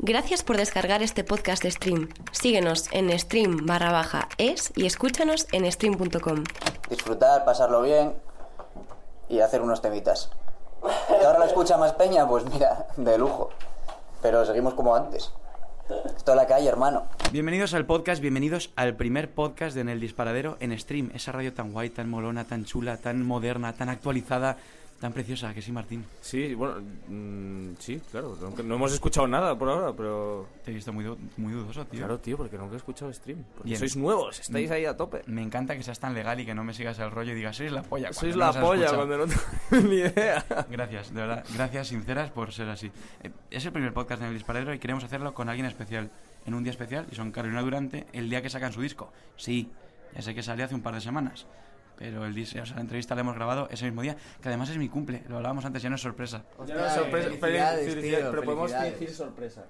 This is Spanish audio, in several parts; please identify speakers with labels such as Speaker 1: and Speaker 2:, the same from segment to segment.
Speaker 1: Gracias por descargar este podcast de Stream. Síguenos en stream barra baja es y escúchanos en stream.com.
Speaker 2: disfrutar, pasarlo bien y hacer unos temitas. Que ahora lo escucha más peña, pues mira, de lujo. Pero seguimos como antes. Esto es la calle, hermano.
Speaker 3: Bienvenidos al podcast, bienvenidos al primer podcast de En el Disparadero en stream. Esa radio tan guay, tan molona, tan chula, tan moderna, tan actualizada, tan preciosa, que sí, Martín.
Speaker 4: Sí, bueno, mm, sí, claro. No, no hemos escuchado nada por ahora, pero.
Speaker 3: Te he visto muy, du- muy dudoso, tío.
Speaker 4: Claro, tío, porque nunca he escuchado stream. Porque
Speaker 3: Bien.
Speaker 4: sois nuevos, estáis ahí a tope.
Speaker 3: Me encanta que seas tan legal y que no me sigas el rollo y digas, sois la polla. cuando
Speaker 4: sois
Speaker 3: no
Speaker 4: la
Speaker 3: nos has
Speaker 4: polla
Speaker 3: escuchado".
Speaker 4: cuando no tenéis ni idea.
Speaker 3: Gracias, de verdad. Gracias sinceras por ser así. Eh, Es el primer podcast en el disparadero y queremos hacerlo con alguien especial. En un día especial, y son Carolina Durante, el día que sacan su disco. Sí, ya sé que salió hace un par de semanas. Pero el dis- o sea, la entrevista la hemos grabado ese mismo día, que además es mi cumple. Lo hablábamos antes, ya no es sorpresa.
Speaker 5: Hostia,
Speaker 4: sorpresa-
Speaker 5: felicidades,
Speaker 4: felicidades,
Speaker 5: tío,
Speaker 4: pero podemos
Speaker 5: felicidades.
Speaker 4: fingir sorpresa.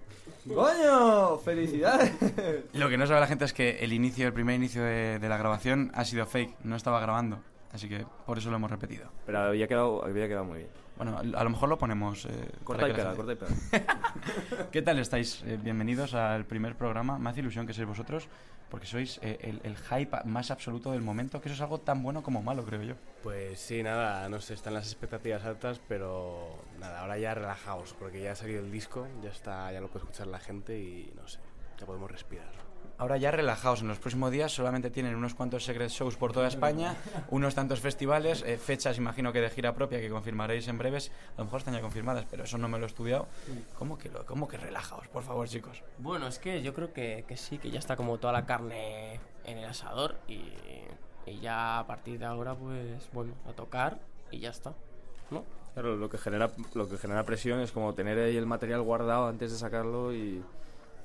Speaker 4: ¡Coño! ¡Felicidades!
Speaker 3: Lo que no sabe la gente es que el inicio, el primer inicio de, de la grabación ha sido fake. No estaba grabando. Así que por eso lo hemos repetido.
Speaker 4: Pero había quedado, había quedado muy bien.
Speaker 3: Bueno, a lo mejor lo ponemos... eh, para
Speaker 4: Corta
Speaker 3: que la
Speaker 4: y pega,
Speaker 3: gente-
Speaker 4: corta y pega.
Speaker 3: ¿Qué tal estáis? Eh, bienvenidos al primer programa. Me hace ilusión que seáis vosotros porque sois eh, el, el hype más absoluto del momento, que eso es algo tan bueno como malo, creo yo.
Speaker 6: Pues sí, nada, no sé, están las expectativas altas, pero nada, ahora ya relajaos, porque ya ha salido el disco, ya está, ya lo puede escuchar la gente y no sé, ya podemos respirar.
Speaker 3: Ahora ya relajaos, en los próximos días solamente tienen unos cuantos secret shows por toda España, unos tantos festivales, eh, fechas imagino que de gira propia que confirmaréis en breves, a lo mejor están ya confirmadas, pero eso no me lo he estudiado. ¿Cómo que, lo, cómo que relajaos, por favor, chicos?
Speaker 7: Bueno, es que yo creo que, que sí, que ya está como toda la carne en el asador y, y ya a partir de ahora, pues bueno, a tocar y ya está. ¿No?
Speaker 4: Claro, lo que genera, lo que genera presión es como tener ahí el material guardado antes de sacarlo y,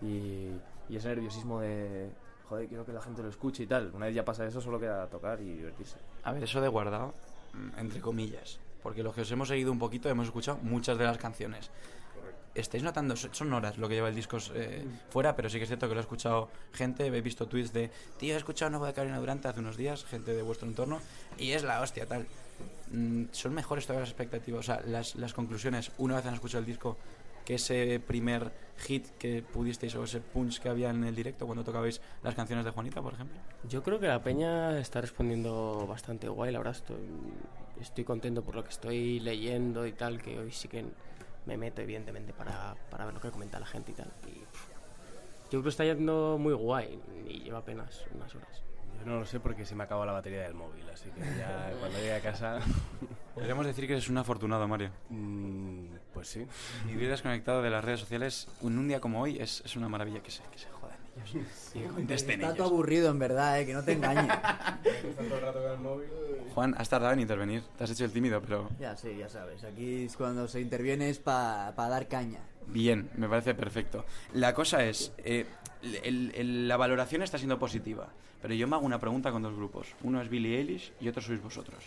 Speaker 4: y, y ese nerviosismo de joder, quiero que la gente lo escuche y tal. Una vez ya pasa eso, solo queda tocar y divertirse.
Speaker 3: A ver, eso de guardado, mm, entre comillas. Porque los que os hemos seguido un poquito hemos escuchado muchas de las canciones. Estáis notando, so- son horas lo que lleva el disco eh, fuera, pero sí que es cierto que lo he escuchado gente, he visto tweets de, tío, he escuchado nuevo de Carolina Durante hace unos días, gente de vuestro entorno, y es la hostia tal. Mm, son mejores todas las expectativas, o sea, las, las conclusiones, una vez han escuchado el disco, que ese primer hit que pudisteis o ese punch que había en el directo cuando tocabais las canciones de Juanita, por ejemplo.
Speaker 7: Yo creo que la peña está respondiendo bastante guay, la verdad estoy, estoy contento por lo que estoy leyendo y tal, que hoy sí que me meto evidentemente para, para ver lo que comenta la gente y tal. Y, pff, yo creo que está yendo muy guay y lleva apenas unas horas.
Speaker 6: Yo no lo sé porque se me acabó la batería del móvil, así que ya cuando llegue a casa...
Speaker 3: Podríamos decir que eres un afortunado, Mario.
Speaker 6: mm, pues sí.
Speaker 3: Vivir desconectado de las redes sociales en un día como hoy es, es una maravilla que se, que se jodan ellos. Y que contesten
Speaker 5: Está todo
Speaker 3: ellos.
Speaker 5: aburrido, en verdad, eh, que no te engañes.
Speaker 3: Juan, has tardado en intervenir. Te has hecho el tímido, pero
Speaker 5: ya sí, ya sabes. Aquí es cuando se interviene es para dar caña.
Speaker 3: bien, me parece perfecto. La cosa es, eh, el- el- la valoración está siendo positiva, pero yo me hago una pregunta con dos grupos. Uno es Billie Eilish y otro sois vosotros.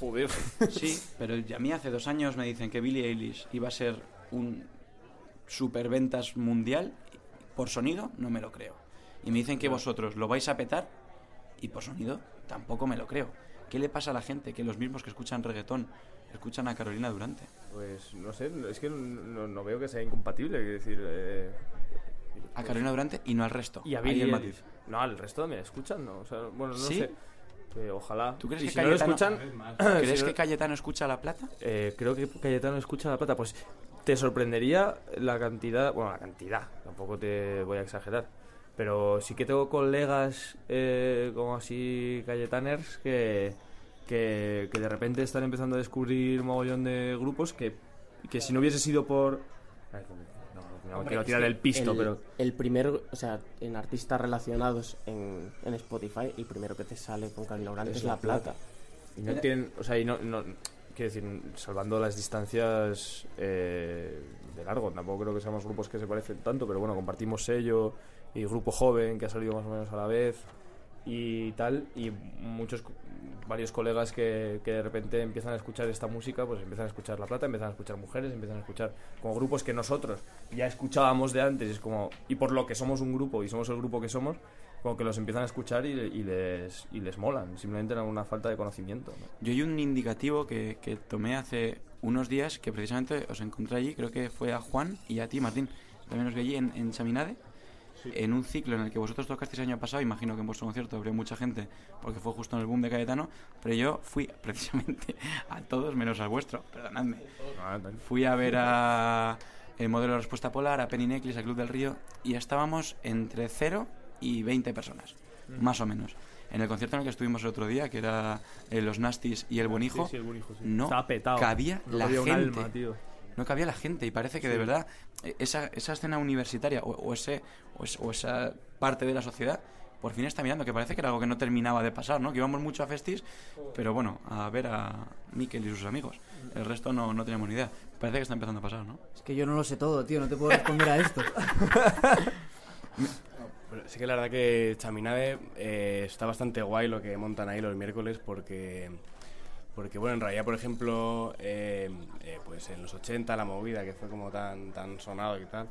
Speaker 4: Joder.
Speaker 3: Sí, pero a mí hace dos años me dicen que Billie Eilish iba a ser un superventas mundial por sonido, no me lo creo. Y me dicen que vosotros lo vais a petar y por sonido tampoco me lo creo. ¿Qué le pasa a la gente que los mismos que escuchan reggaetón escuchan a Carolina Durante?
Speaker 4: Pues no sé, es que no, no veo que sea incompatible, quiero decir... eh,
Speaker 3: A Carolina Durante y no al resto.
Speaker 4: y a
Speaker 3: Ahí
Speaker 4: Billy
Speaker 3: el
Speaker 4: el-
Speaker 3: matiz.
Speaker 4: No, el resto también escuchan, ¿no? O sea, bueno, no
Speaker 3: ¿Sí?
Speaker 4: sé. Eh, ojalá.
Speaker 3: ¿Tú crees
Speaker 4: Y
Speaker 3: que
Speaker 4: si no lo
Speaker 3: Cayetano-
Speaker 4: escuchan...
Speaker 3: ¿Crees
Speaker 4: si no-
Speaker 3: que Cayetano escucha a La Plata?
Speaker 4: Eh, creo que Cayetano escucha la plata. Pues te sorprendería la cantidad. Bueno, la cantidad, tampoco te voy a exagerar. Pero sí que tengo colegas eh, como así Cayetaners que, que, que de repente están empezando a descubrir mogollón de grupos que, que si no hubiese sido por. Ay, No, no, no quiero tirar el pisto,
Speaker 7: el,
Speaker 4: pero.
Speaker 7: El primero, o sea, en artistas relacionados en, en Spotify, el primero que te sale con Carolina Durante es,
Speaker 4: Es
Speaker 7: La
Speaker 4: La Plata.
Speaker 7: Plata.
Speaker 4: Y no tienen, o sea, y no, no- quiero decir, salvando las distancias eh, de largo, tampoco creo que seamos grupos que se parecen tanto, pero bueno, compartimos sello y grupo joven que ha salido más o menos a la vez y tal, y muchos, co- varios colegas que, que de repente empiezan a escuchar esta música, pues empiezan a escuchar La Plata, empiezan a escuchar mujeres, empiezan a escuchar como grupos que nosotros ya escuchábamos de antes, es como, y por lo que somos un grupo y somos el grupo que somos, como que los empiezan a escuchar y, y les, y les molan, simplemente era una falta de conocimiento. ¿no?
Speaker 3: Yo hay un indicativo que, que tomé hace unos días que precisamente os encontré allí, creo que fue a Juan y a ti, Martín. también os vi allí en, en Chaminade, en un ciclo en el que vosotros tocasteis el año pasado, imagino que en vuestro concierto habría mucha gente, porque fue justo en el boom de Cayetano, pero yo fui precisamente a todos menos al vuestro, perdonadme.
Speaker 4: Ah, tal.
Speaker 3: Fui a ver a el modelo de respuesta polar, a Penny Necklace, a Club del Río, y estábamos entre 0 y 20 personas,
Speaker 4: Mm.
Speaker 3: más o menos. En el concierto en el que estuvimos el otro día, que era eh, los Nastis y el Bonijo,
Speaker 4: Sí, el buen hijo, sí.
Speaker 3: no
Speaker 4: Estaba petado.
Speaker 3: cabía
Speaker 4: No
Speaker 3: la
Speaker 4: cabía un
Speaker 3: gente.
Speaker 4: alma, tío.
Speaker 3: no cabía la gente y parece que de verdad eh, esa, esa escena universitaria o, o ese, o, es- o esa parte de la sociedad por fin está mirando, que parece que era algo que no terminaba de pasar, ¿no? Que íbamos mucho a festis, pero bueno, a ver a Miquel y sus amigos. El resto no, no teníamos ni idea. Parece que está empezando a pasar, ¿no?
Speaker 5: Es que yo no lo sé todo, tío, no te puedo responder a esto.
Speaker 6: Bueno, sí que la verdad que Chaminade eh, está bastante guay lo que montan ahí los miércoles porque, porque bueno, en realidad, por ejemplo, eh, eh, pues en los 80 la movida que fue como tan, tan sonado y tal,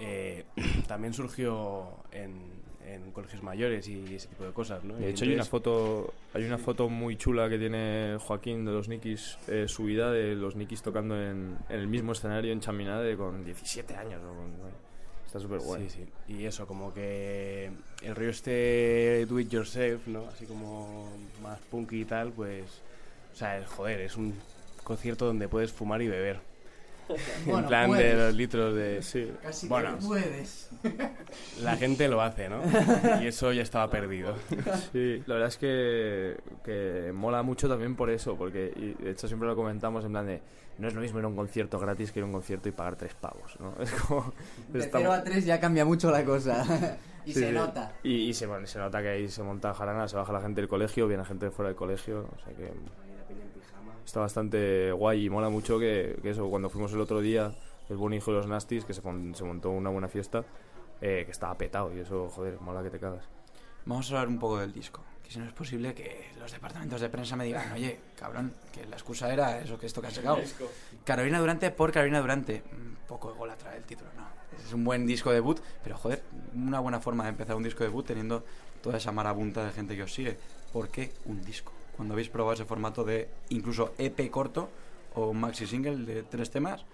Speaker 6: eh, también surgió en, en colegios mayores y ese tipo de cosas, ¿no?
Speaker 4: De
Speaker 6: Y
Speaker 4: hecho, hay una
Speaker 6: entonces-
Speaker 4: foto, hay una foto muy chula que tiene Joaquín de los Nikis, eh, subida de los Nikis tocando en, en el mismo escenario en Chaminade con 17 años. o con- Está súper guay.
Speaker 6: Sí, sí. Y eso, como que el río este do it yourself, ¿no? Así como más punky y tal, pues. O sea, el- joder, es un concierto donde puedes fumar y beber. en
Speaker 5: Bueno,
Speaker 6: plan
Speaker 5: puedes.
Speaker 6: de los litros de.
Speaker 5: Casi
Speaker 6: Bueno.
Speaker 5: te puedes.
Speaker 6: La gente lo hace, ¿no? Y eso ya estaba perdido.
Speaker 4: Sí, la verdad es que, que mola mucho también por eso, porque y de hecho siempre lo comentamos en plan de no es lo mismo ir a un concierto gratis que ir a un concierto y pagar tres pavos, ¿no? Es como...
Speaker 5: De
Speaker 4: está-
Speaker 5: 0 a 3 ya cambia mucho la cosa. y
Speaker 4: Sí,
Speaker 5: se
Speaker 4: sí.
Speaker 5: nota.
Speaker 4: Y, y se, bueno, se nota que ahí se monta jarana, se baja la gente del colegio, viene gente de fuera del colegio, o sea que está bastante guay y mola mucho que, que eso, cuando fuimos el otro día, el buen hijo de los Nastis, que se, pon- se montó una buena fiesta, eh, que estaba petado y eso, joder, mola que te cagas.
Speaker 3: Vamos a hablar un poco del disco. Que si no es posible que los departamentos de prensa me digan, oye, cabrón, que la excusa era eso que esto que has sacado. Carolina Durante por Carolina Durante. Un poco ególatra el título, no. Es un buen disco debut, pero joder, una buena forma de empezar un disco debut teniendo toda esa marabunta de gente que os sigue. ¿Por qué un disco? Cuando habéis probado ese formato de incluso EP corto o maxi single de tres temas,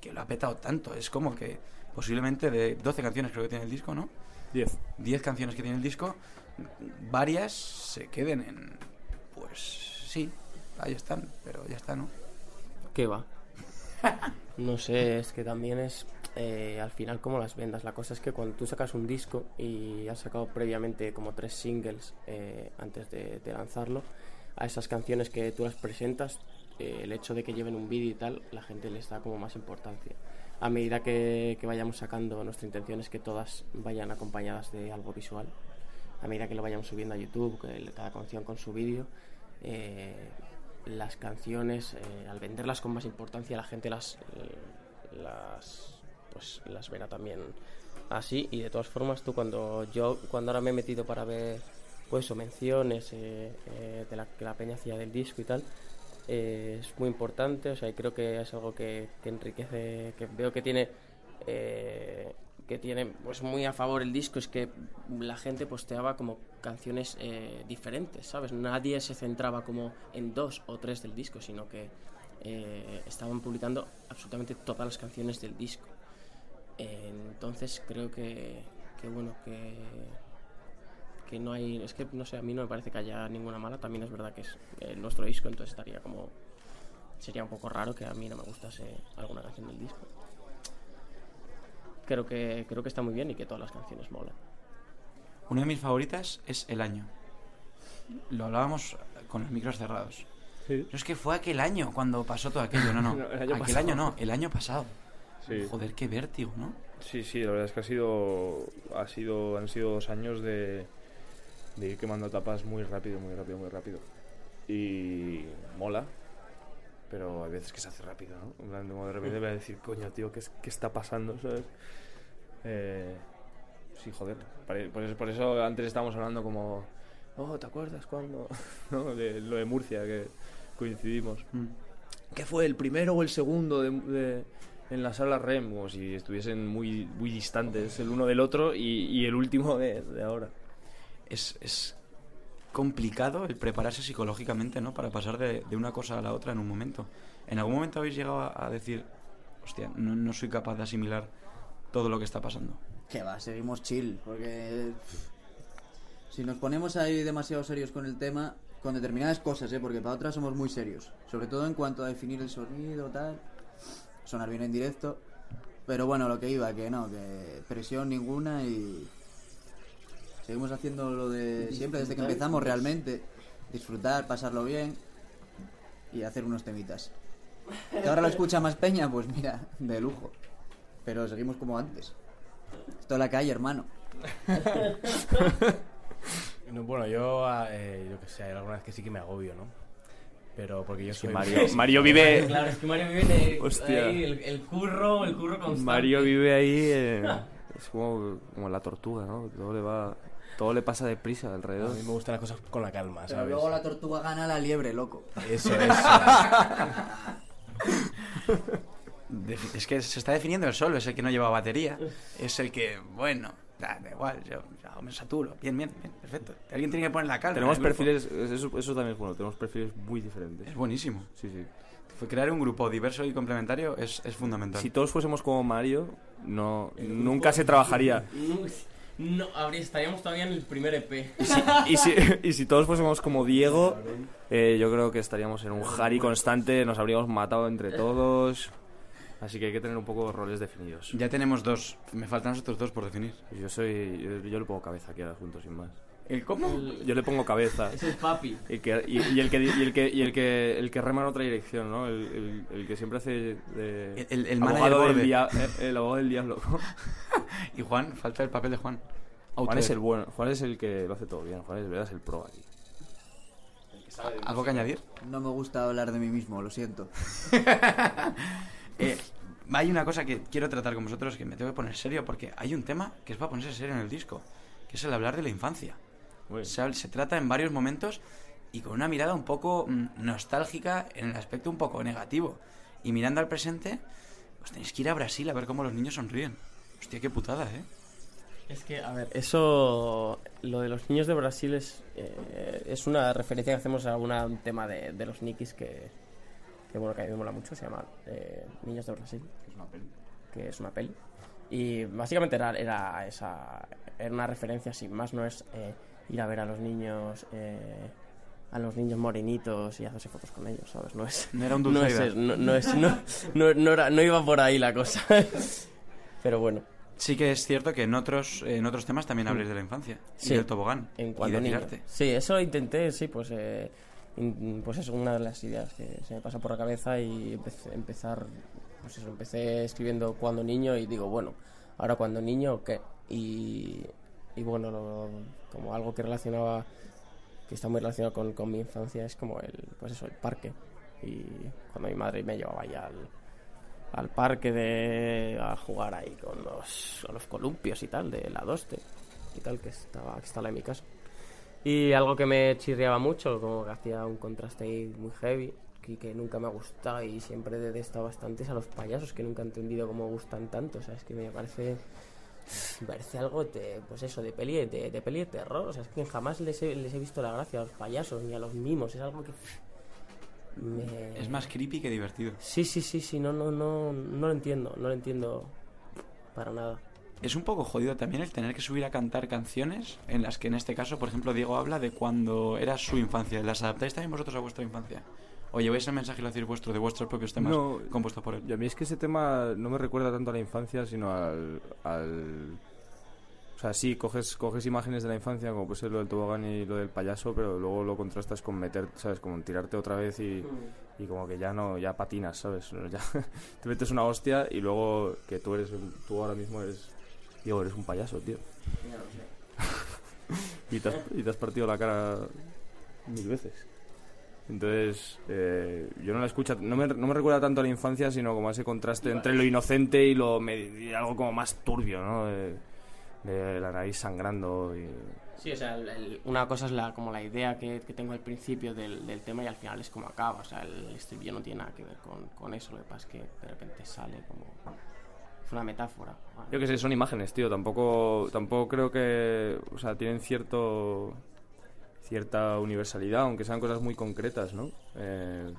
Speaker 3: que lo ha petado tanto. Es como que posiblemente de 12 canciones creo que tiene el disco, ¿no?
Speaker 4: 10.
Speaker 3: 10 canciones que tiene el disco, varias se queden en. Pues sí, ahí están, pero ya está, ¿no?
Speaker 7: ¿Qué va? No sé, es que también es eh, al final como las vendas. La cosa es que cuando tú sacas un disco y has sacado previamente como tres singles eh, antes de, de lanzarlo, a esas canciones que tú las presentas, eh, el hecho de que lleven un vídeo y tal, la gente les da como más importancia. A medida que, que vayamos sacando, nuestra intención es que todas vayan acompañadas de algo visual. A medida que lo vayamos subiendo a YouTube, que el- cada canción con su vídeo, eh, las canciones, eh, al venderlas con más importancia, la gente las, eh, las, pues, las verá también así. Y de todas formas, tú cuando yo, cuando ahora me he metido para ver, pues, eso, menciones eh, eh, de la que la peña hacía del disco y tal, eh, es muy importante, o sea, y creo que es algo que, que enriquece, que veo que tiene, eh, que tiene pues muy a favor el disco, es que la gente posteaba como canciones eh, diferentes, ¿sabes? Nadie se centraba como en dos o tres del disco, sino que eh, estaban publicando absolutamente todas las canciones del disco. Eh, entonces creo que, que bueno, que que no hay es que no sé a mí no me parece que haya ninguna mala también es verdad que es eh, nuestro disco entonces estaría como sería un poco raro que a mí no me gustase alguna canción del disco creo que creo que está muy bien y que todas las canciones molan
Speaker 3: Una de mis favoritas es El Año. Lo hablábamos con los micros cerrados. No es que fue aquel año cuando pasó todo aquello, no, no.
Speaker 4: No, el año
Speaker 3: aquel
Speaker 4: pasado.
Speaker 3: año no, el año pasado.
Speaker 4: Sí.
Speaker 3: Joder, qué vértigo, ¿no?
Speaker 4: Sí, sí, la verdad es que ha sido, ha sido, han sido dos años de, de ir quemando tapas muy rápido, muy rápido, muy rápido. Y mola, pero hay veces que se hace rápido, ¿no? En plan, como de repente voy a decir, coño, tío, ¿qué, es- qué está pasando? ¿Sabes? Eh, sí, joder. Por, por eso, por eso antes estábamos hablando como, oh, ¿te acuerdas cuando? ¿no? De lo de Murcia, que coincidimos.
Speaker 3: Mm.
Speaker 4: ¿Qué fue el primero o el segundo de, de- en la sala REM? Como si estuviesen muy, muy distantes el uno del otro y, y el último de, de ahora.
Speaker 3: es, es complicado el prepararse psicológicamente, ¿no? Para pasar de, de una cosa a la otra en un momento. ¿En algún momento habéis llegado a, a decir, hostia, no, no soy capaz de asimilar todo lo que está pasando.
Speaker 5: Que va, seguimos chill, porque pff, si nos ponemos ahí demasiado serios con el tema, con determinadas cosas, ¿eh? porque para otras somos muy serios, sobre todo en cuanto a definir el sonido, tal, sonar bien en directo, pero bueno, lo que iba, que no, que presión ninguna y seguimos haciendo lo de siempre desde que empezamos realmente, disfrutar, pasarlo bien y hacer unos temitas. Que ahora lo escucha más peña, pues mira, de lujo. Pero seguimos como antes. Esto es la calle, hermano.
Speaker 6: No, bueno, yo, ah, eh, yo que sé, hay algunas que sí que me agobio, ¿no? Pero porque yo soy...
Speaker 4: Mario, Mario vive.
Speaker 8: Claro, es que Mario vive en el,
Speaker 4: Hostia.
Speaker 8: ahí, el, el curro, el curro constante.
Speaker 4: Mario vive ahí. eh, es como, como la tortuga, ¿no? Todo le va. Todo le pasa deprisa
Speaker 6: A
Speaker 4: alrededor.
Speaker 6: mí me gustan las cosas con la calma,
Speaker 5: Pero
Speaker 6: ¿sabes?
Speaker 5: luego la tortuga gana a la liebre, loco.
Speaker 6: Eso, eso.
Speaker 3: Defi- Es que se está definiendo el solo, es el que no lleva batería, es el que, bueno, da, da igual, yo, yo me saturo, bien, bien, bien, perfecto. Alguien tiene que poner la calma.
Speaker 4: Tenemos
Speaker 3: en el grupo.
Speaker 4: perfiles. Eso, eso también es bueno. Tenemos perfiles muy diferentes.
Speaker 3: Es buenísimo.
Speaker 4: Sí, sí.
Speaker 3: Fue Crear un grupo diverso y complementario es, es fundamental.
Speaker 4: Si todos fuésemos como Mario, no, nunca se trabajaría.
Speaker 8: No, No, habría, estaríamos todavía en el primer E EP.
Speaker 4: Y si, y si, y si todos fuésemos como Diego, eh, yo creo que estaríamos en un jari constante, nos habríamos matado entre todos. Así que hay que tener un poco los roles definidos.
Speaker 3: Ya tenemos dos, me faltan los otros dos por definir.
Speaker 4: Yo soy. Yo, yo le pongo cabeza aquí al asunto, sin más.
Speaker 3: ¿El cómo?
Speaker 4: Yo le pongo cabeza.
Speaker 8: Es el papi.
Speaker 4: Y, que, y, y el que, y, el que, y el que el que rema en otra dirección, ¿no? El, el, el que siempre hace de-
Speaker 3: El- el- el
Speaker 4: abogado
Speaker 3: manager
Speaker 4: del
Speaker 3: borde.
Speaker 4: dia- eh, el abogado del diablo.
Speaker 3: Y Juan, falta el papel de Juan.
Speaker 4: Juan es
Speaker 3: Autor.
Speaker 4: el bueno, Juan es el que lo hace todo bien, Juan es, de verdad, es el pro aquí.
Speaker 3: ¿Algo que añadir?
Speaker 5: No me gusta hablar de mí mismo, lo siento.
Speaker 3: Eh, hay una cosa que quiero tratar con vosotros que me tengo que poner serio porque hay un tema que es para ponerse serio en el disco, que es el hablar de la infancia.
Speaker 4: Muy bien.
Speaker 3: Se, hab- se trata en varios momentos y con una mirada un poco mm, nostálgica en el aspecto un poco negativo. Y mirando al presente, os tenéis que ir a Brasil a ver cómo los niños sonríen. Hostia, qué putada, ¿eh?
Speaker 8: Es que, a ver.
Speaker 7: Eso, lo de los niños de Brasil es, eh, es una referencia que hacemos a una- un tema de, de los nikis que, que, bueno, que a mí me mola mucho, se llama eh, Niños de Brasil. Que es una peli. Y básicamente era, era esa, era una referencia sin más, no es eh, ir a ver a los niños, eh, a los niños morenitos y hacerse fotos con ellos, ¿sabes? No es...
Speaker 3: No era un
Speaker 7: No,
Speaker 3: dulce.
Speaker 7: es, no, no es- no- no- no era- no iba por ahí la cosa. Pero bueno.
Speaker 3: Sí que es cierto que en otros, en otros temas también habléis de la infancia.
Speaker 7: Sí.
Speaker 3: Y del tobogán.
Speaker 7: en
Speaker 3: y
Speaker 7: cuanto
Speaker 3: de
Speaker 7: niño.
Speaker 3: tirarte.
Speaker 7: Sí, eso intenté, sí, pues, eh, in- pues es una de las ideas que se me pasa por la cabeza y empecé- empezar, pues eso, empecé escribiendo cuando niño y digo, bueno, ahora cuando niño, ¿qué? Y, y bueno, lo- como algo que relacionaba, que está muy relacionado con, con mi infancia, es como el, pues eso, el parque. Y cuando mi madre me llevaba ya al, al parque de, a jugar ahí con los, con los columpios y tal, de la doste y tal, que estaba, que está la en mi casa. Y algo que me chirriaba mucho, como que hacía un contraste ahí muy heavy, que, que nunca me ha gustado y siempre detestado bastante es a los payasos, que nunca he entendido cómo gustan tanto, o sea, es que me parece, me parece algo, de, pues eso, de peli de, de peli de terror, o sea, es que jamás les he, les he visto la gracia a los payasos ni a los mimos, es algo que... me-
Speaker 3: Es más creepy que divertido.
Speaker 7: Sí, sí, sí, sí, no, no, no, no lo entiendo, no lo entiendo para nada.
Speaker 3: Es un poco jodido también el tener que subir a cantar canciones en las que en este caso, por ejemplo, Diego habla de cuando era su infancia. ¿Las adaptáis también vosotros a vuestra infancia? ¿O lleváis el mensaje y lo hacéis vuestro de vuestros propios temas
Speaker 4: No.
Speaker 3: compuestos por él?
Speaker 4: Y a mí es que ese tema no me recuerda tanto a la infancia, sino al. al- O sea, sí, coges, coges imágenes de la infancia, como puede ser lo del tobogán y lo del payaso, pero luego lo contrastas con meter, ¿sabes? Como en tirarte otra vez y, y como que ya no, ya patinas, ¿sabes? Ya te metes una hostia y luego que tú eres, un- tú ahora mismo eres, Diego, eres un payaso, tío. y, te has, y te has partido la cara mil veces. Entonces, eh, yo no la escucho, no me, no me recuerda tanto a la infancia, sino como a ese contraste entre lo inocente y lo me- y algo como más turbio, ¿no? De, de la nariz sangrando y...
Speaker 7: Sí, o sea, el- el- una cosa es la, como la idea que, que tengo al principio del, del tema y al final es como acaba. O sea, el, el estribillo no tiene nada que ver con, con eso. Lo que pasa es que de repente sale como. Es una metáfora.
Speaker 4: Yo qué sé, son imágenes, tío, tampoco, tampoco creo que... O sea, tienen cierto cierta universalidad, aunque sean cosas muy concretas, ¿no? Eh,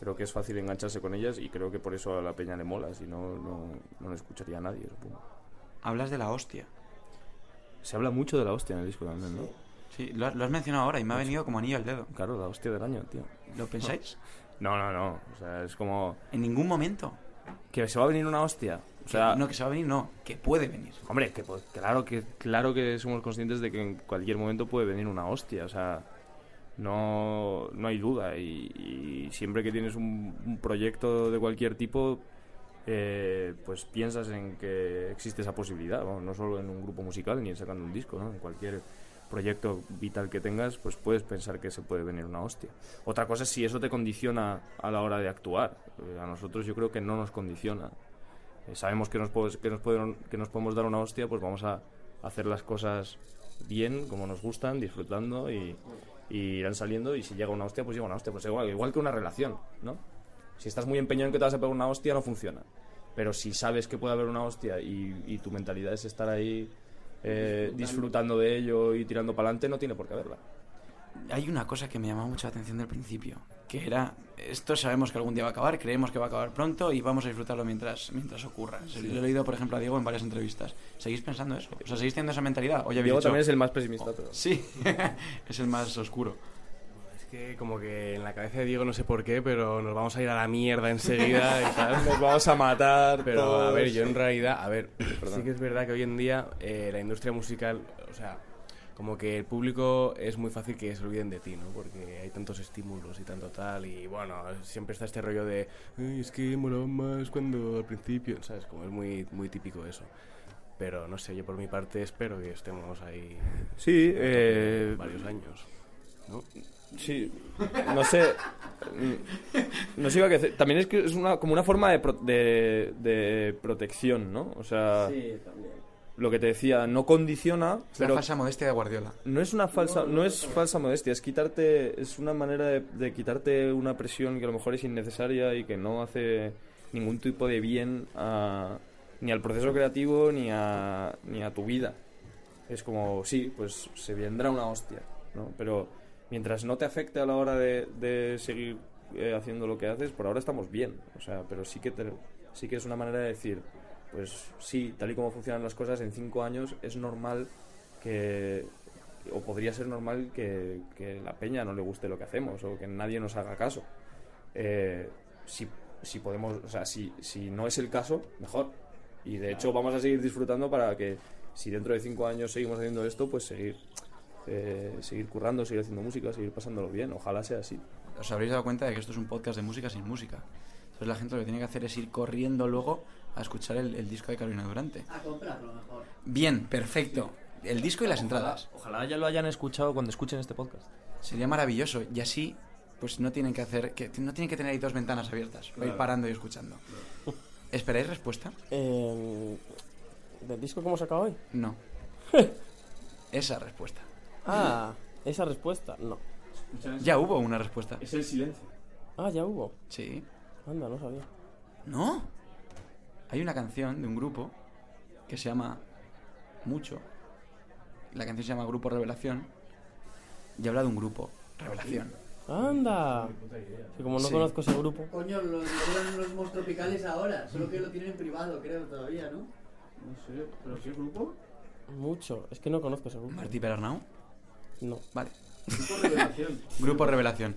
Speaker 4: creo que es fácil engancharse con ellas y creo que por eso a la peña le mola, si no, no, no lo escucharía a nadie, supongo.
Speaker 3: hablas de la hostia.
Speaker 4: Se habla mucho de la hostia en el disco también, ¿no?
Speaker 3: Sí, lo, has- lo has mencionado ahora y me ha venido como anillo al dedo.
Speaker 4: Claro, la hostia del año, tío.
Speaker 3: ¿Lo pensáis?
Speaker 4: No, no, no. O sea, es como.
Speaker 3: En ningún momento.
Speaker 4: Que se va a venir una hostia. O
Speaker 3: Que-
Speaker 4: sea,
Speaker 3: no, que se va a venir, no. Que puede venir.
Speaker 4: hombre, que, pues, claro, que, claro que somos conscientes de que en cualquier momento puede venir una hostia. O sea, no, no hay duda. Y, y siempre que tienes un, un proyecto de cualquier tipo, eh, pues piensas en que existe esa posibilidad. vamos, no solo en un grupo musical ni en sacando un disco, ¿no? En cualquier proyecto vital que tengas, pues puedes pensar que se puede venir una hostia. Otra cosa es si eso te condiciona a la hora de actuar. Eh, A nosotros yo creo que no nos condiciona. Eh, Sabemos que nos, po- que, nos pueden- que nos podemos dar una hostia, pues vamos a hacer las cosas bien, como nos gustan, disfrutando y, y irán saliendo. Y si llega una hostia, pues llega una hostia. Pues igual, igual que una relación, ¿no? Si estás muy empeñado en que te vas a pegar una hostia, no funciona. Pero si sabes que puede haber una hostia y, y tu mentalidad es estar ahí eh, disfrutando de ello y tirando para adelante, no tiene por qué haberla.
Speaker 3: Hay una cosa que me llamó mucho la atención del principio, que era, esto sabemos que algún día va a acabar, creemos que va a acabar pronto y vamos a disfrutarlo mientras, mientras ocurra. Se- Lo he leído, por ejemplo, a Diego en varias entrevistas. ¿Seguís pensando eso? O sea, ¿seguís teniendo esa mentalidad? Oye,
Speaker 4: Diego también es el más pesimista, pero...
Speaker 3: Sí, es el más oscuro.
Speaker 6: Es que como que en la cabeza de Diego no sé por qué, pero nos vamos a ir a la mierda enseguida y tal.
Speaker 4: Nos vamos a matar,
Speaker 6: Pero a ver, yo en realidad, a ver, sí que es verdad que hoy en día eh, la industria musical, o sea, como que el público es muy fácil que se olviden de ti, ¿no? Porque hay tantos estímulos y tanto tal, y bueno, siempre está este rollo de, "Ay, es que molaba más cuando al principio, ¿sabes? Como es muy, muy típico eso. Pero no sé, yo por mi parte espero que estemos ahí
Speaker 4: Sí, eh,
Speaker 6: varios años.
Speaker 4: Sí, no sé. mm, No sé iba a decir. También es que es una, como una forma de, pro- de, de protección, ¿no? O sea,
Speaker 8: Sí, también.
Speaker 4: lo que te decía, no condiciona,
Speaker 3: Es la
Speaker 4: pero
Speaker 3: falsa modestia de Guardiola.
Speaker 4: no es una falsa, no, es falsa modestia, es quitarte, es una manera de, de quitarte una presión que a lo mejor es innecesaria y que no hace ningún tipo de bien a- ni al proceso creativo ni a, ni a tu vida. Es como, sí, pues se vendrá una hostia, ¿no? Pero mientras no te afecte a la hora de, de seguir eh, haciendo lo que haces, por ahora estamos bien. O sea, pero sí que, te- sí que es una manera de decir, pues sí, tal y como funcionan las cosas, en cinco años es normal que o podría ser normal que, que la peña no le guste lo que hacemos o que nadie nos haga caso. Eh, si, si podemos, o sea, si, si no es el caso, mejor. Y de hecho vamos a seguir disfrutando para que si dentro de cinco años seguimos haciendo esto, pues seguir, eh, seguir currando, seguir haciendo música, seguir pasándolo bien. Ojalá sea así.
Speaker 3: os habréis dado cuenta de que esto es un podcast de música sin música. Entonces la gente lo que tiene que hacer es ir corriendo luego a escuchar el, el disco de Carolina Durante.
Speaker 5: A comprarlo mejor.
Speaker 3: Bien, perfecto. El disco y las entradas.
Speaker 4: Ojalá ya lo hayan escuchado cuando escuchen este podcast.
Speaker 3: Sería maravilloso. Y así, pues no tienen que hacer, que no tienen que tener ahí dos ventanas abiertas. Va a ir parando y escuchando. ¿Esperáis respuesta?
Speaker 7: Eh, ¿Del disco que hemos sacado hoy?
Speaker 3: No. Esa respuesta.
Speaker 7: Ah, esa respuesta, no.
Speaker 3: Ya hubo una respuesta.
Speaker 4: Es el silencio.
Speaker 7: Ah, ya hubo.
Speaker 3: Sí.
Speaker 7: Anda, no sabía.
Speaker 3: No. Hay una canción de un grupo que se llama Mucho. La canción se llama Grupo Revelación. Y habla de un grupo, Revelación.
Speaker 7: Anda. Que como no
Speaker 3: Sí.
Speaker 7: conozco ese grupo.
Speaker 5: Coño, lo llevan los monstruos tropicales ahora, solo que lo tienen en privado, creo, todavía, ¿no?
Speaker 8: No sé, pero qué grupo.
Speaker 7: Mucho. Es que no conozco ese grupo.
Speaker 3: Martí Perarnau.
Speaker 7: No.
Speaker 3: Vale.
Speaker 8: Grupo Revelación.
Speaker 3: Grupo Revelación.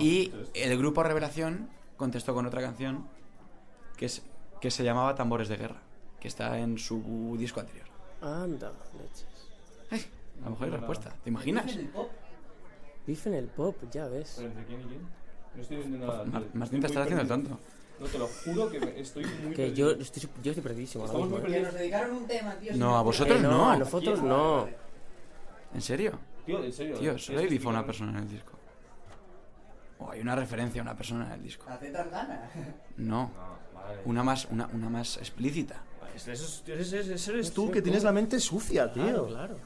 Speaker 3: Y el Grupo Revelación contestó con otra canción que, es, que se llamaba Tambores de Guerra, que está en su disco anterior.
Speaker 7: Anda, leches.
Speaker 3: A lo mejor hay respuesta. ¿Te imaginas?
Speaker 5: Dicen el pop.
Speaker 7: Bife en el pop, ya ves.
Speaker 4: entre quién y quién? No estoy viendo
Speaker 3: Mar- Martín, te estás haciendo el tonto.
Speaker 4: No, te lo juro que me- estoy muy
Speaker 7: Que yo estoy, yo estoy perdidísimo. ahora
Speaker 4: Estamos
Speaker 7: mismo,
Speaker 4: muy
Speaker 7: ¿eh?
Speaker 5: Que nos dedicaron un tema, tío.
Speaker 3: No,
Speaker 5: si
Speaker 3: a
Speaker 5: me
Speaker 3: vosotros
Speaker 7: Eh,
Speaker 5: acuerdo.
Speaker 7: no,
Speaker 3: no.
Speaker 7: a nosotros no.
Speaker 3: ¿En serio?
Speaker 4: Tío, en serio. ¿eh?
Speaker 3: Tío, solo hay difo una persona en el disco. O hay una referencia a una persona en el disco.
Speaker 5: A Tetas Gana.
Speaker 3: No, una más, una, una más explícita.
Speaker 4: Este, Ese eres tú que tienes la mente sucia,
Speaker 6: Ah,
Speaker 7: Claro, claro.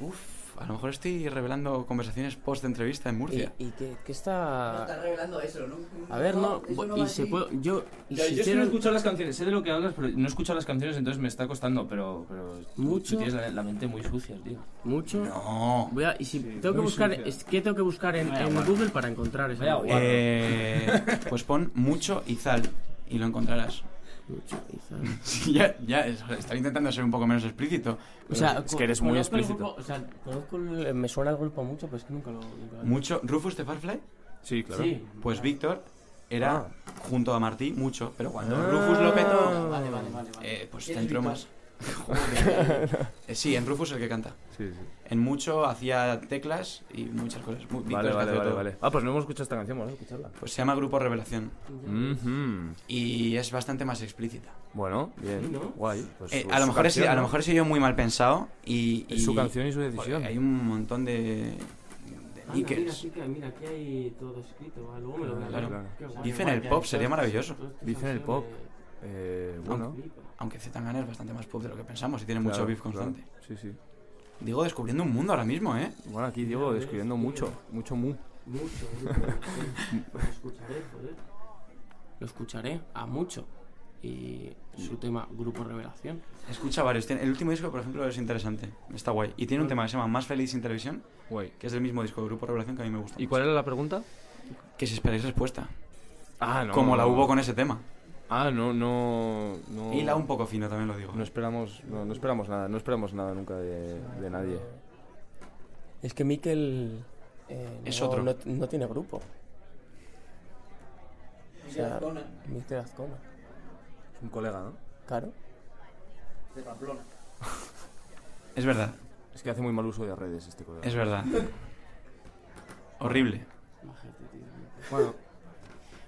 Speaker 3: Uf, a lo mejor estoy revelando conversaciones post-entrevista en
Speaker 7: ¿Y,
Speaker 3: Murcia.
Speaker 7: y qué, qué
Speaker 5: No estás
Speaker 7: está...?
Speaker 5: revelando eso, ¿no?
Speaker 7: A ver, no.
Speaker 5: eso no
Speaker 7: y
Speaker 5: va
Speaker 7: se
Speaker 5: así.
Speaker 7: puede... Yo... y
Speaker 9: Ya, yo es que
Speaker 7: si
Speaker 9: no he
Speaker 7: hicieron-
Speaker 9: escuchado las canciones, sé de lo que hablas, pero no he escuchado las canciones, entonces me está costando, pero, pero tú-
Speaker 7: Mucho.
Speaker 9: tú tienes la, la mente muy sucia, tío.
Speaker 7: Mucho.
Speaker 3: No.
Speaker 7: Voy a, y si tengo que buscar, es, ¿qué tengo que buscar en, en Google para encontrar esa?
Speaker 9: Vaya guarro.
Speaker 3: Eh, pues pon mucho Izal y lo encontrarás. Sí, ya, ya, es- estaba intentando ser un poco menos explícito.
Speaker 7: O sea,
Speaker 4: Es que eres muy
Speaker 7: conozco el
Speaker 4: explícito.
Speaker 7: grupo, o sea, conozco el- eh, me suena el grupo mucho, pero es que nunca lo... nunca lo-
Speaker 3: Mucho. ¿Rufus de Farfly?
Speaker 4: Sí, claro.
Speaker 7: Sí.
Speaker 3: Pues Víctor era
Speaker 4: Ah.
Speaker 3: junto a Martí mucho, pero cuando
Speaker 4: Ah.
Speaker 3: Rufus Pues lo petó,
Speaker 5: Vale, vale, vale. vale.
Speaker 3: eh, pues
Speaker 5: ¿Quién
Speaker 3: te
Speaker 5: es
Speaker 3: entró
Speaker 5: Víctor?
Speaker 3: más. Joder. Eh, sí, en Rufus el que canta.
Speaker 4: Sí, sí.
Speaker 3: En mucho hacía teclas y muchas cosas. Mu- Víctor
Speaker 4: Vale,
Speaker 3: es que
Speaker 4: vale,
Speaker 3: hace
Speaker 4: vale,
Speaker 3: todo.
Speaker 4: vale. Ah, pues no hemos escuchado esta canción, vamos a escucharla.
Speaker 3: Pues se llama Grupo Revelación
Speaker 4: Mhm.
Speaker 3: y es bastante más explícita.
Speaker 4: Bueno, bien.
Speaker 7: ¿no?
Speaker 4: Guay. Pues
Speaker 3: Eh,
Speaker 4: su-
Speaker 3: a, lo
Speaker 4: su
Speaker 3: mejor he sido-
Speaker 4: canción,
Speaker 3: a lo
Speaker 4: ¿no?
Speaker 3: mejor he sido yo muy mal pensado y...
Speaker 4: Es su
Speaker 3: y-
Speaker 4: canción y su
Speaker 3: Porque
Speaker 4: decisión.
Speaker 3: Hay un montón de...
Speaker 7: Ah,
Speaker 3: de
Speaker 7: mira, mira,
Speaker 3: nickers.
Speaker 7: aquí, mira, aquí hay todo escrito. ah, Luego me lo voy a
Speaker 3: Claro.
Speaker 7: leer. Qué guay.
Speaker 3: Dicen el
Speaker 7: Guay,
Speaker 3: pop,
Speaker 7: que
Speaker 3: sería
Speaker 7: hay todas-
Speaker 3: maravilloso.
Speaker 7: todas estas
Speaker 4: Dicen el pop.
Speaker 7: canciones.
Speaker 4: Eh, bueno.
Speaker 7: Flipa.
Speaker 3: Aunque Zetangana es bastante más pop de lo que pensamos y tiene mucho
Speaker 4: claro,
Speaker 3: beef
Speaker 4: claro.
Speaker 3: constante.
Speaker 4: Sí, sí.
Speaker 3: Digo, descubriendo un mundo ahora mismo, ¿eh?
Speaker 4: Bueno, aquí Diego
Speaker 7: ves,
Speaker 4: describiendo
Speaker 7: tío.
Speaker 4: mucho, mucho mu.
Speaker 7: Mucho, ¿eh? mucho. pues, Lo escucharé, joder. Lo escucharé a mucho. Y su tema, Grupo Revelación.
Speaker 3: Escucha varios. Tiene- El último disco, por ejemplo, es interesante. Está guay. Y tiene un tema que se llama Más Feliz sin Televisión,
Speaker 4: Guay.
Speaker 3: que es del mismo disco de Grupo Revelación que a mí me gusta.
Speaker 4: ¿Y
Speaker 3: mucho.
Speaker 4: cuál era la pregunta?
Speaker 3: Que si esperáis respuesta.
Speaker 4: Ah, no.
Speaker 3: como la hubo con ese tema.
Speaker 4: Ah, no, no, no.
Speaker 3: Y la un poco fino, también lo digo.
Speaker 4: Oh. No esperamos, no, no esperamos nada, no esperamos nada nunca de, de nadie.
Speaker 7: Es que Mikel eh,
Speaker 3: Es
Speaker 7: no,
Speaker 3: otro.
Speaker 7: No, no tiene grupo. O
Speaker 5: Miguel
Speaker 7: sea,
Speaker 5: Azcona,
Speaker 7: Mikel Azcona.
Speaker 4: Es un colega, ¿no?
Speaker 7: Claro.
Speaker 5: de Pamplona.
Speaker 3: Es verdad,
Speaker 4: Es que hace muy mal uso de redes este colega.
Speaker 3: es verdad. Horrible.
Speaker 4: Bueno,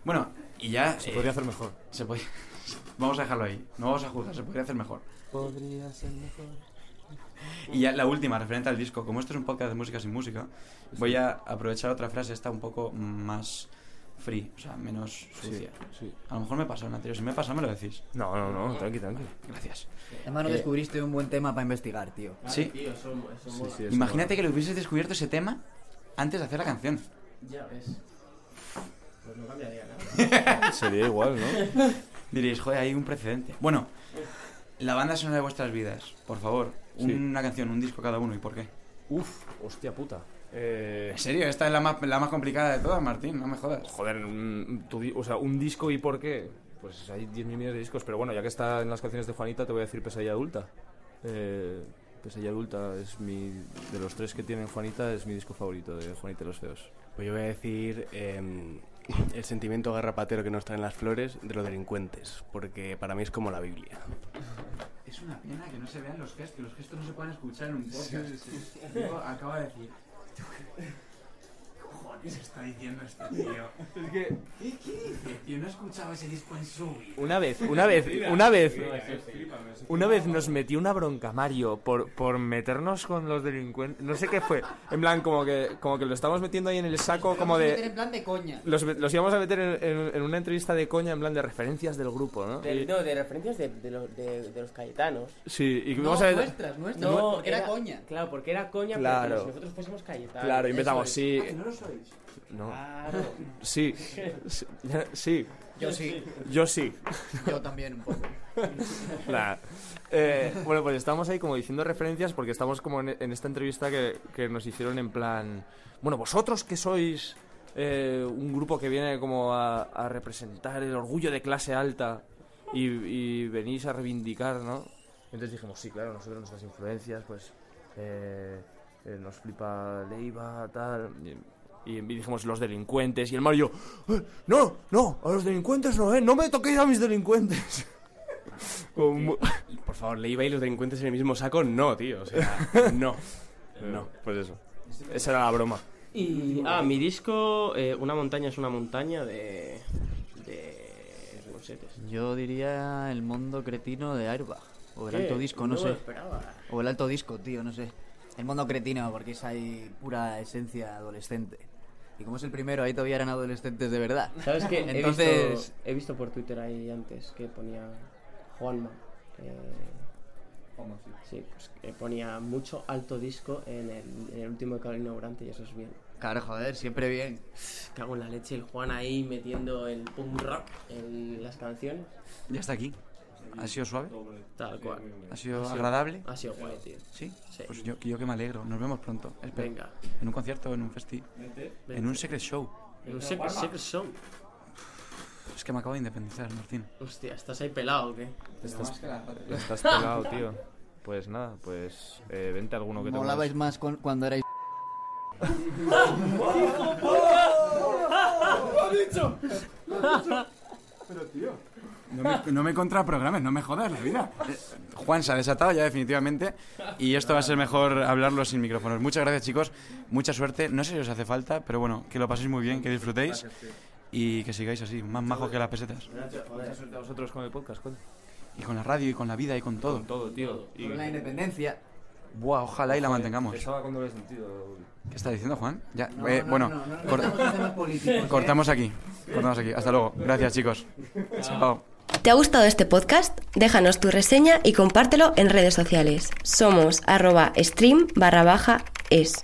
Speaker 3: Bueno, y ya...
Speaker 4: se
Speaker 3: eh,
Speaker 4: podría hacer mejor.
Speaker 3: se podía- vamos a dejarlo ahí. No vamos a juzgar, se podría hacer mejor.
Speaker 7: Podría ser mejor.
Speaker 3: Y ya la última, referente al disco. Como esto es un podcast de música sin música, voy a aprovechar otra frase, esta un poco más free, o sea, menos sucia.
Speaker 4: Sí.
Speaker 3: A lo mejor me he pasado en la anterior. Si me he pasado, me lo decís.
Speaker 4: No, no, no, tranqui, tranqui.
Speaker 3: Gracias.
Speaker 5: Además, no descubriste un buen tema para investigar, tío.
Speaker 3: Sí.
Speaker 8: Tío, eso, eso
Speaker 4: Sí,
Speaker 8: mola.
Speaker 4: sí, es
Speaker 3: Imagínate que lo hubieses descubierto ese tema antes de hacer la canción.
Speaker 8: Ya ves. Pues no cambiaría nada.
Speaker 4: normal. Sería igual, ¿no?
Speaker 3: Diréis, joder, hay un precedente. Bueno, la banda sonora de vuestras vidas, por favor.
Speaker 4: Sí.
Speaker 3: Una canción, un disco cada uno, ¿y por qué?
Speaker 4: Uf, hostia puta. Eh,
Speaker 3: En serio, esta es la más, la más complicada de todas, Martín, no me jodas.
Speaker 4: joder, un, tu di- o sea, un disco y por qué. Pues hay 10.000 millones de discos, pero bueno, ya que está en las canciones de Juanita, te voy a decir Pesadilla Adulta. Eh, Pesadilla Adulta es mi. De los tres que tienen Juanita, es mi disco favorito de Juanita y los Feos.
Speaker 6: Pues yo voy a decir em, el sentimiento garrapatero que nos traen las flores de los delincuentes, porque para mí es como la Biblia.
Speaker 3: Es una pena que no se vean los gestos, que los gestos no se puedan escuchar en un podcast. Digo, acaba de decir. ¿Qué cojones está diciendo este tío? Es que. ¿Qué, qué dice, tío? No he escuchado ese disco en su vida.
Speaker 4: Una vez, una vez, una vez. Una vez nos metió una bronca Mario por, por meternos con los delincuentes. No sé qué fue. En plan, como que, como que lo estamos metiendo ahí en el saco, como
Speaker 5: Vamos a meter
Speaker 4: de.
Speaker 5: en plan de coña.
Speaker 4: Los, los íbamos a meter en, en- en una entrevista de coña, en plan de referencias del grupo, ¿no?
Speaker 7: De,
Speaker 4: Y-
Speaker 7: no, de referencias de, de los, de- de los Cayetanos.
Speaker 4: sí, y que
Speaker 5: No,
Speaker 4: vamos a meter-
Speaker 5: nuestras, nuestras.
Speaker 7: No,
Speaker 5: porque era coña.
Speaker 7: Claro, porque era coña,
Speaker 4: Claro.
Speaker 7: pero como si nosotros fuésemos Cayetanos.
Speaker 4: Claro, y metamos,
Speaker 7: Eso es.
Speaker 4: sí.
Speaker 3: ¿No lo sois?
Speaker 4: No,
Speaker 7: Claro.
Speaker 4: sí. Sí, sí,
Speaker 5: Yo sí,
Speaker 4: yo sí.
Speaker 5: yo también un poco.
Speaker 4: Nah. Eh, bueno, pues estamos ahí como diciendo referencias porque estamos como en, en esta entrevista que, que nos hicieron en plan, bueno, vosotros que sois eh, un grupo que viene como a, a representar el orgullo de clase alta y, y venís a reivindicar, ¿no? Entonces dijimos, sí, claro, nosotros nuestras influencias, pues eh, eh, nos flipa Leiva, tal. Y, y dijimos los delincuentes y el Mario, "Eh, no, no, a los delincuentes no, eh, no me toquéis a mis delincuentes. Como mu-
Speaker 6: Por favor, le iba y los delincuentes en el mismo saco, no, tío. O sea, no. No.
Speaker 4: Pues eso. Esa era la broma.
Speaker 7: Y, ah, mi disco, eh, Una montaña es una montaña de. de. Rosetes.
Speaker 5: Yo diría el mundo cretino de Airbag. O el alto disco, no,
Speaker 7: me lo
Speaker 5: sé.
Speaker 7: esperaba.
Speaker 5: O el alto disco, tío, no sé. El mundo cretino, porque es ahí pura esencia adolescente. Y como es el primero, ahí todavía eran adolescentes de verdad.
Speaker 7: ¿Sabes qué? Entonces. He
Speaker 5: Entonces-
Speaker 7: visto, he visto por Twitter ahí antes que ponía Juanma. eh, sí, pues que ponía mucho alto disco en el, en el último de Carolina Durante y eso es bien.
Speaker 5: Claro, joder, siempre bien.
Speaker 7: Cago en la leche, el Juan ahí metiendo el punk rock en las canciones.
Speaker 3: Ya está aquí. ¿Ha sido suave?
Speaker 7: Tal cual.
Speaker 3: ¿Ha sido agradable?
Speaker 7: Ha sido guay, tío.
Speaker 3: Sí.
Speaker 7: Sí.
Speaker 3: Pues yo, yo que me alegro. Nos vemos pronto. Espero.
Speaker 7: Venga.
Speaker 3: En un concierto, en un festi. En un secret show.
Speaker 7: Un secret, secret show.
Speaker 3: Es que me acabo de independizar, Martín.
Speaker 8: Hostia, ¿estás ahí pelado o qué?
Speaker 4: Estás, estás pegado, tío. Pues nada, pues eh, vente alguno que te
Speaker 5: Molabais
Speaker 4: guste.
Speaker 5: más con- cuando erais.
Speaker 3: No me, no me contraprogrames, no me jodas la vida. Eh, Juan se ha desatado ya definitivamente y esto va a ser mejor hablarlo sin micrófonos. Muchas gracias chicos, mucha suerte. No sé si os hace falta, pero bueno, que lo paséis muy bien, que disfrutéis y que sigáis así, más majos que las pesetas.
Speaker 4: Mucha suerte a vosotros con el podcast, coño.
Speaker 3: Y con la radio y con la vida y con todo.
Speaker 4: Con todo, tío. Y
Speaker 5: Con la independencia.
Speaker 3: Buah, ojalá y la mantengamos.
Speaker 4: pensaba cuando lo he sentido.
Speaker 3: ¿Qué está diciendo Juan? Ya,
Speaker 5: No,
Speaker 3: eh,
Speaker 5: no,
Speaker 3: bueno,
Speaker 5: no, no, no
Speaker 3: cor-
Speaker 5: estamos en temas políticos, ¿eh?
Speaker 3: cortamos aquí. Cortamos aquí. Hasta luego. Gracias chicos. Chao.
Speaker 1: ¿Te ha gustado este podcast? Déjanos tu reseña y compártelo en redes sociales. Somos arroba stream barra baja es.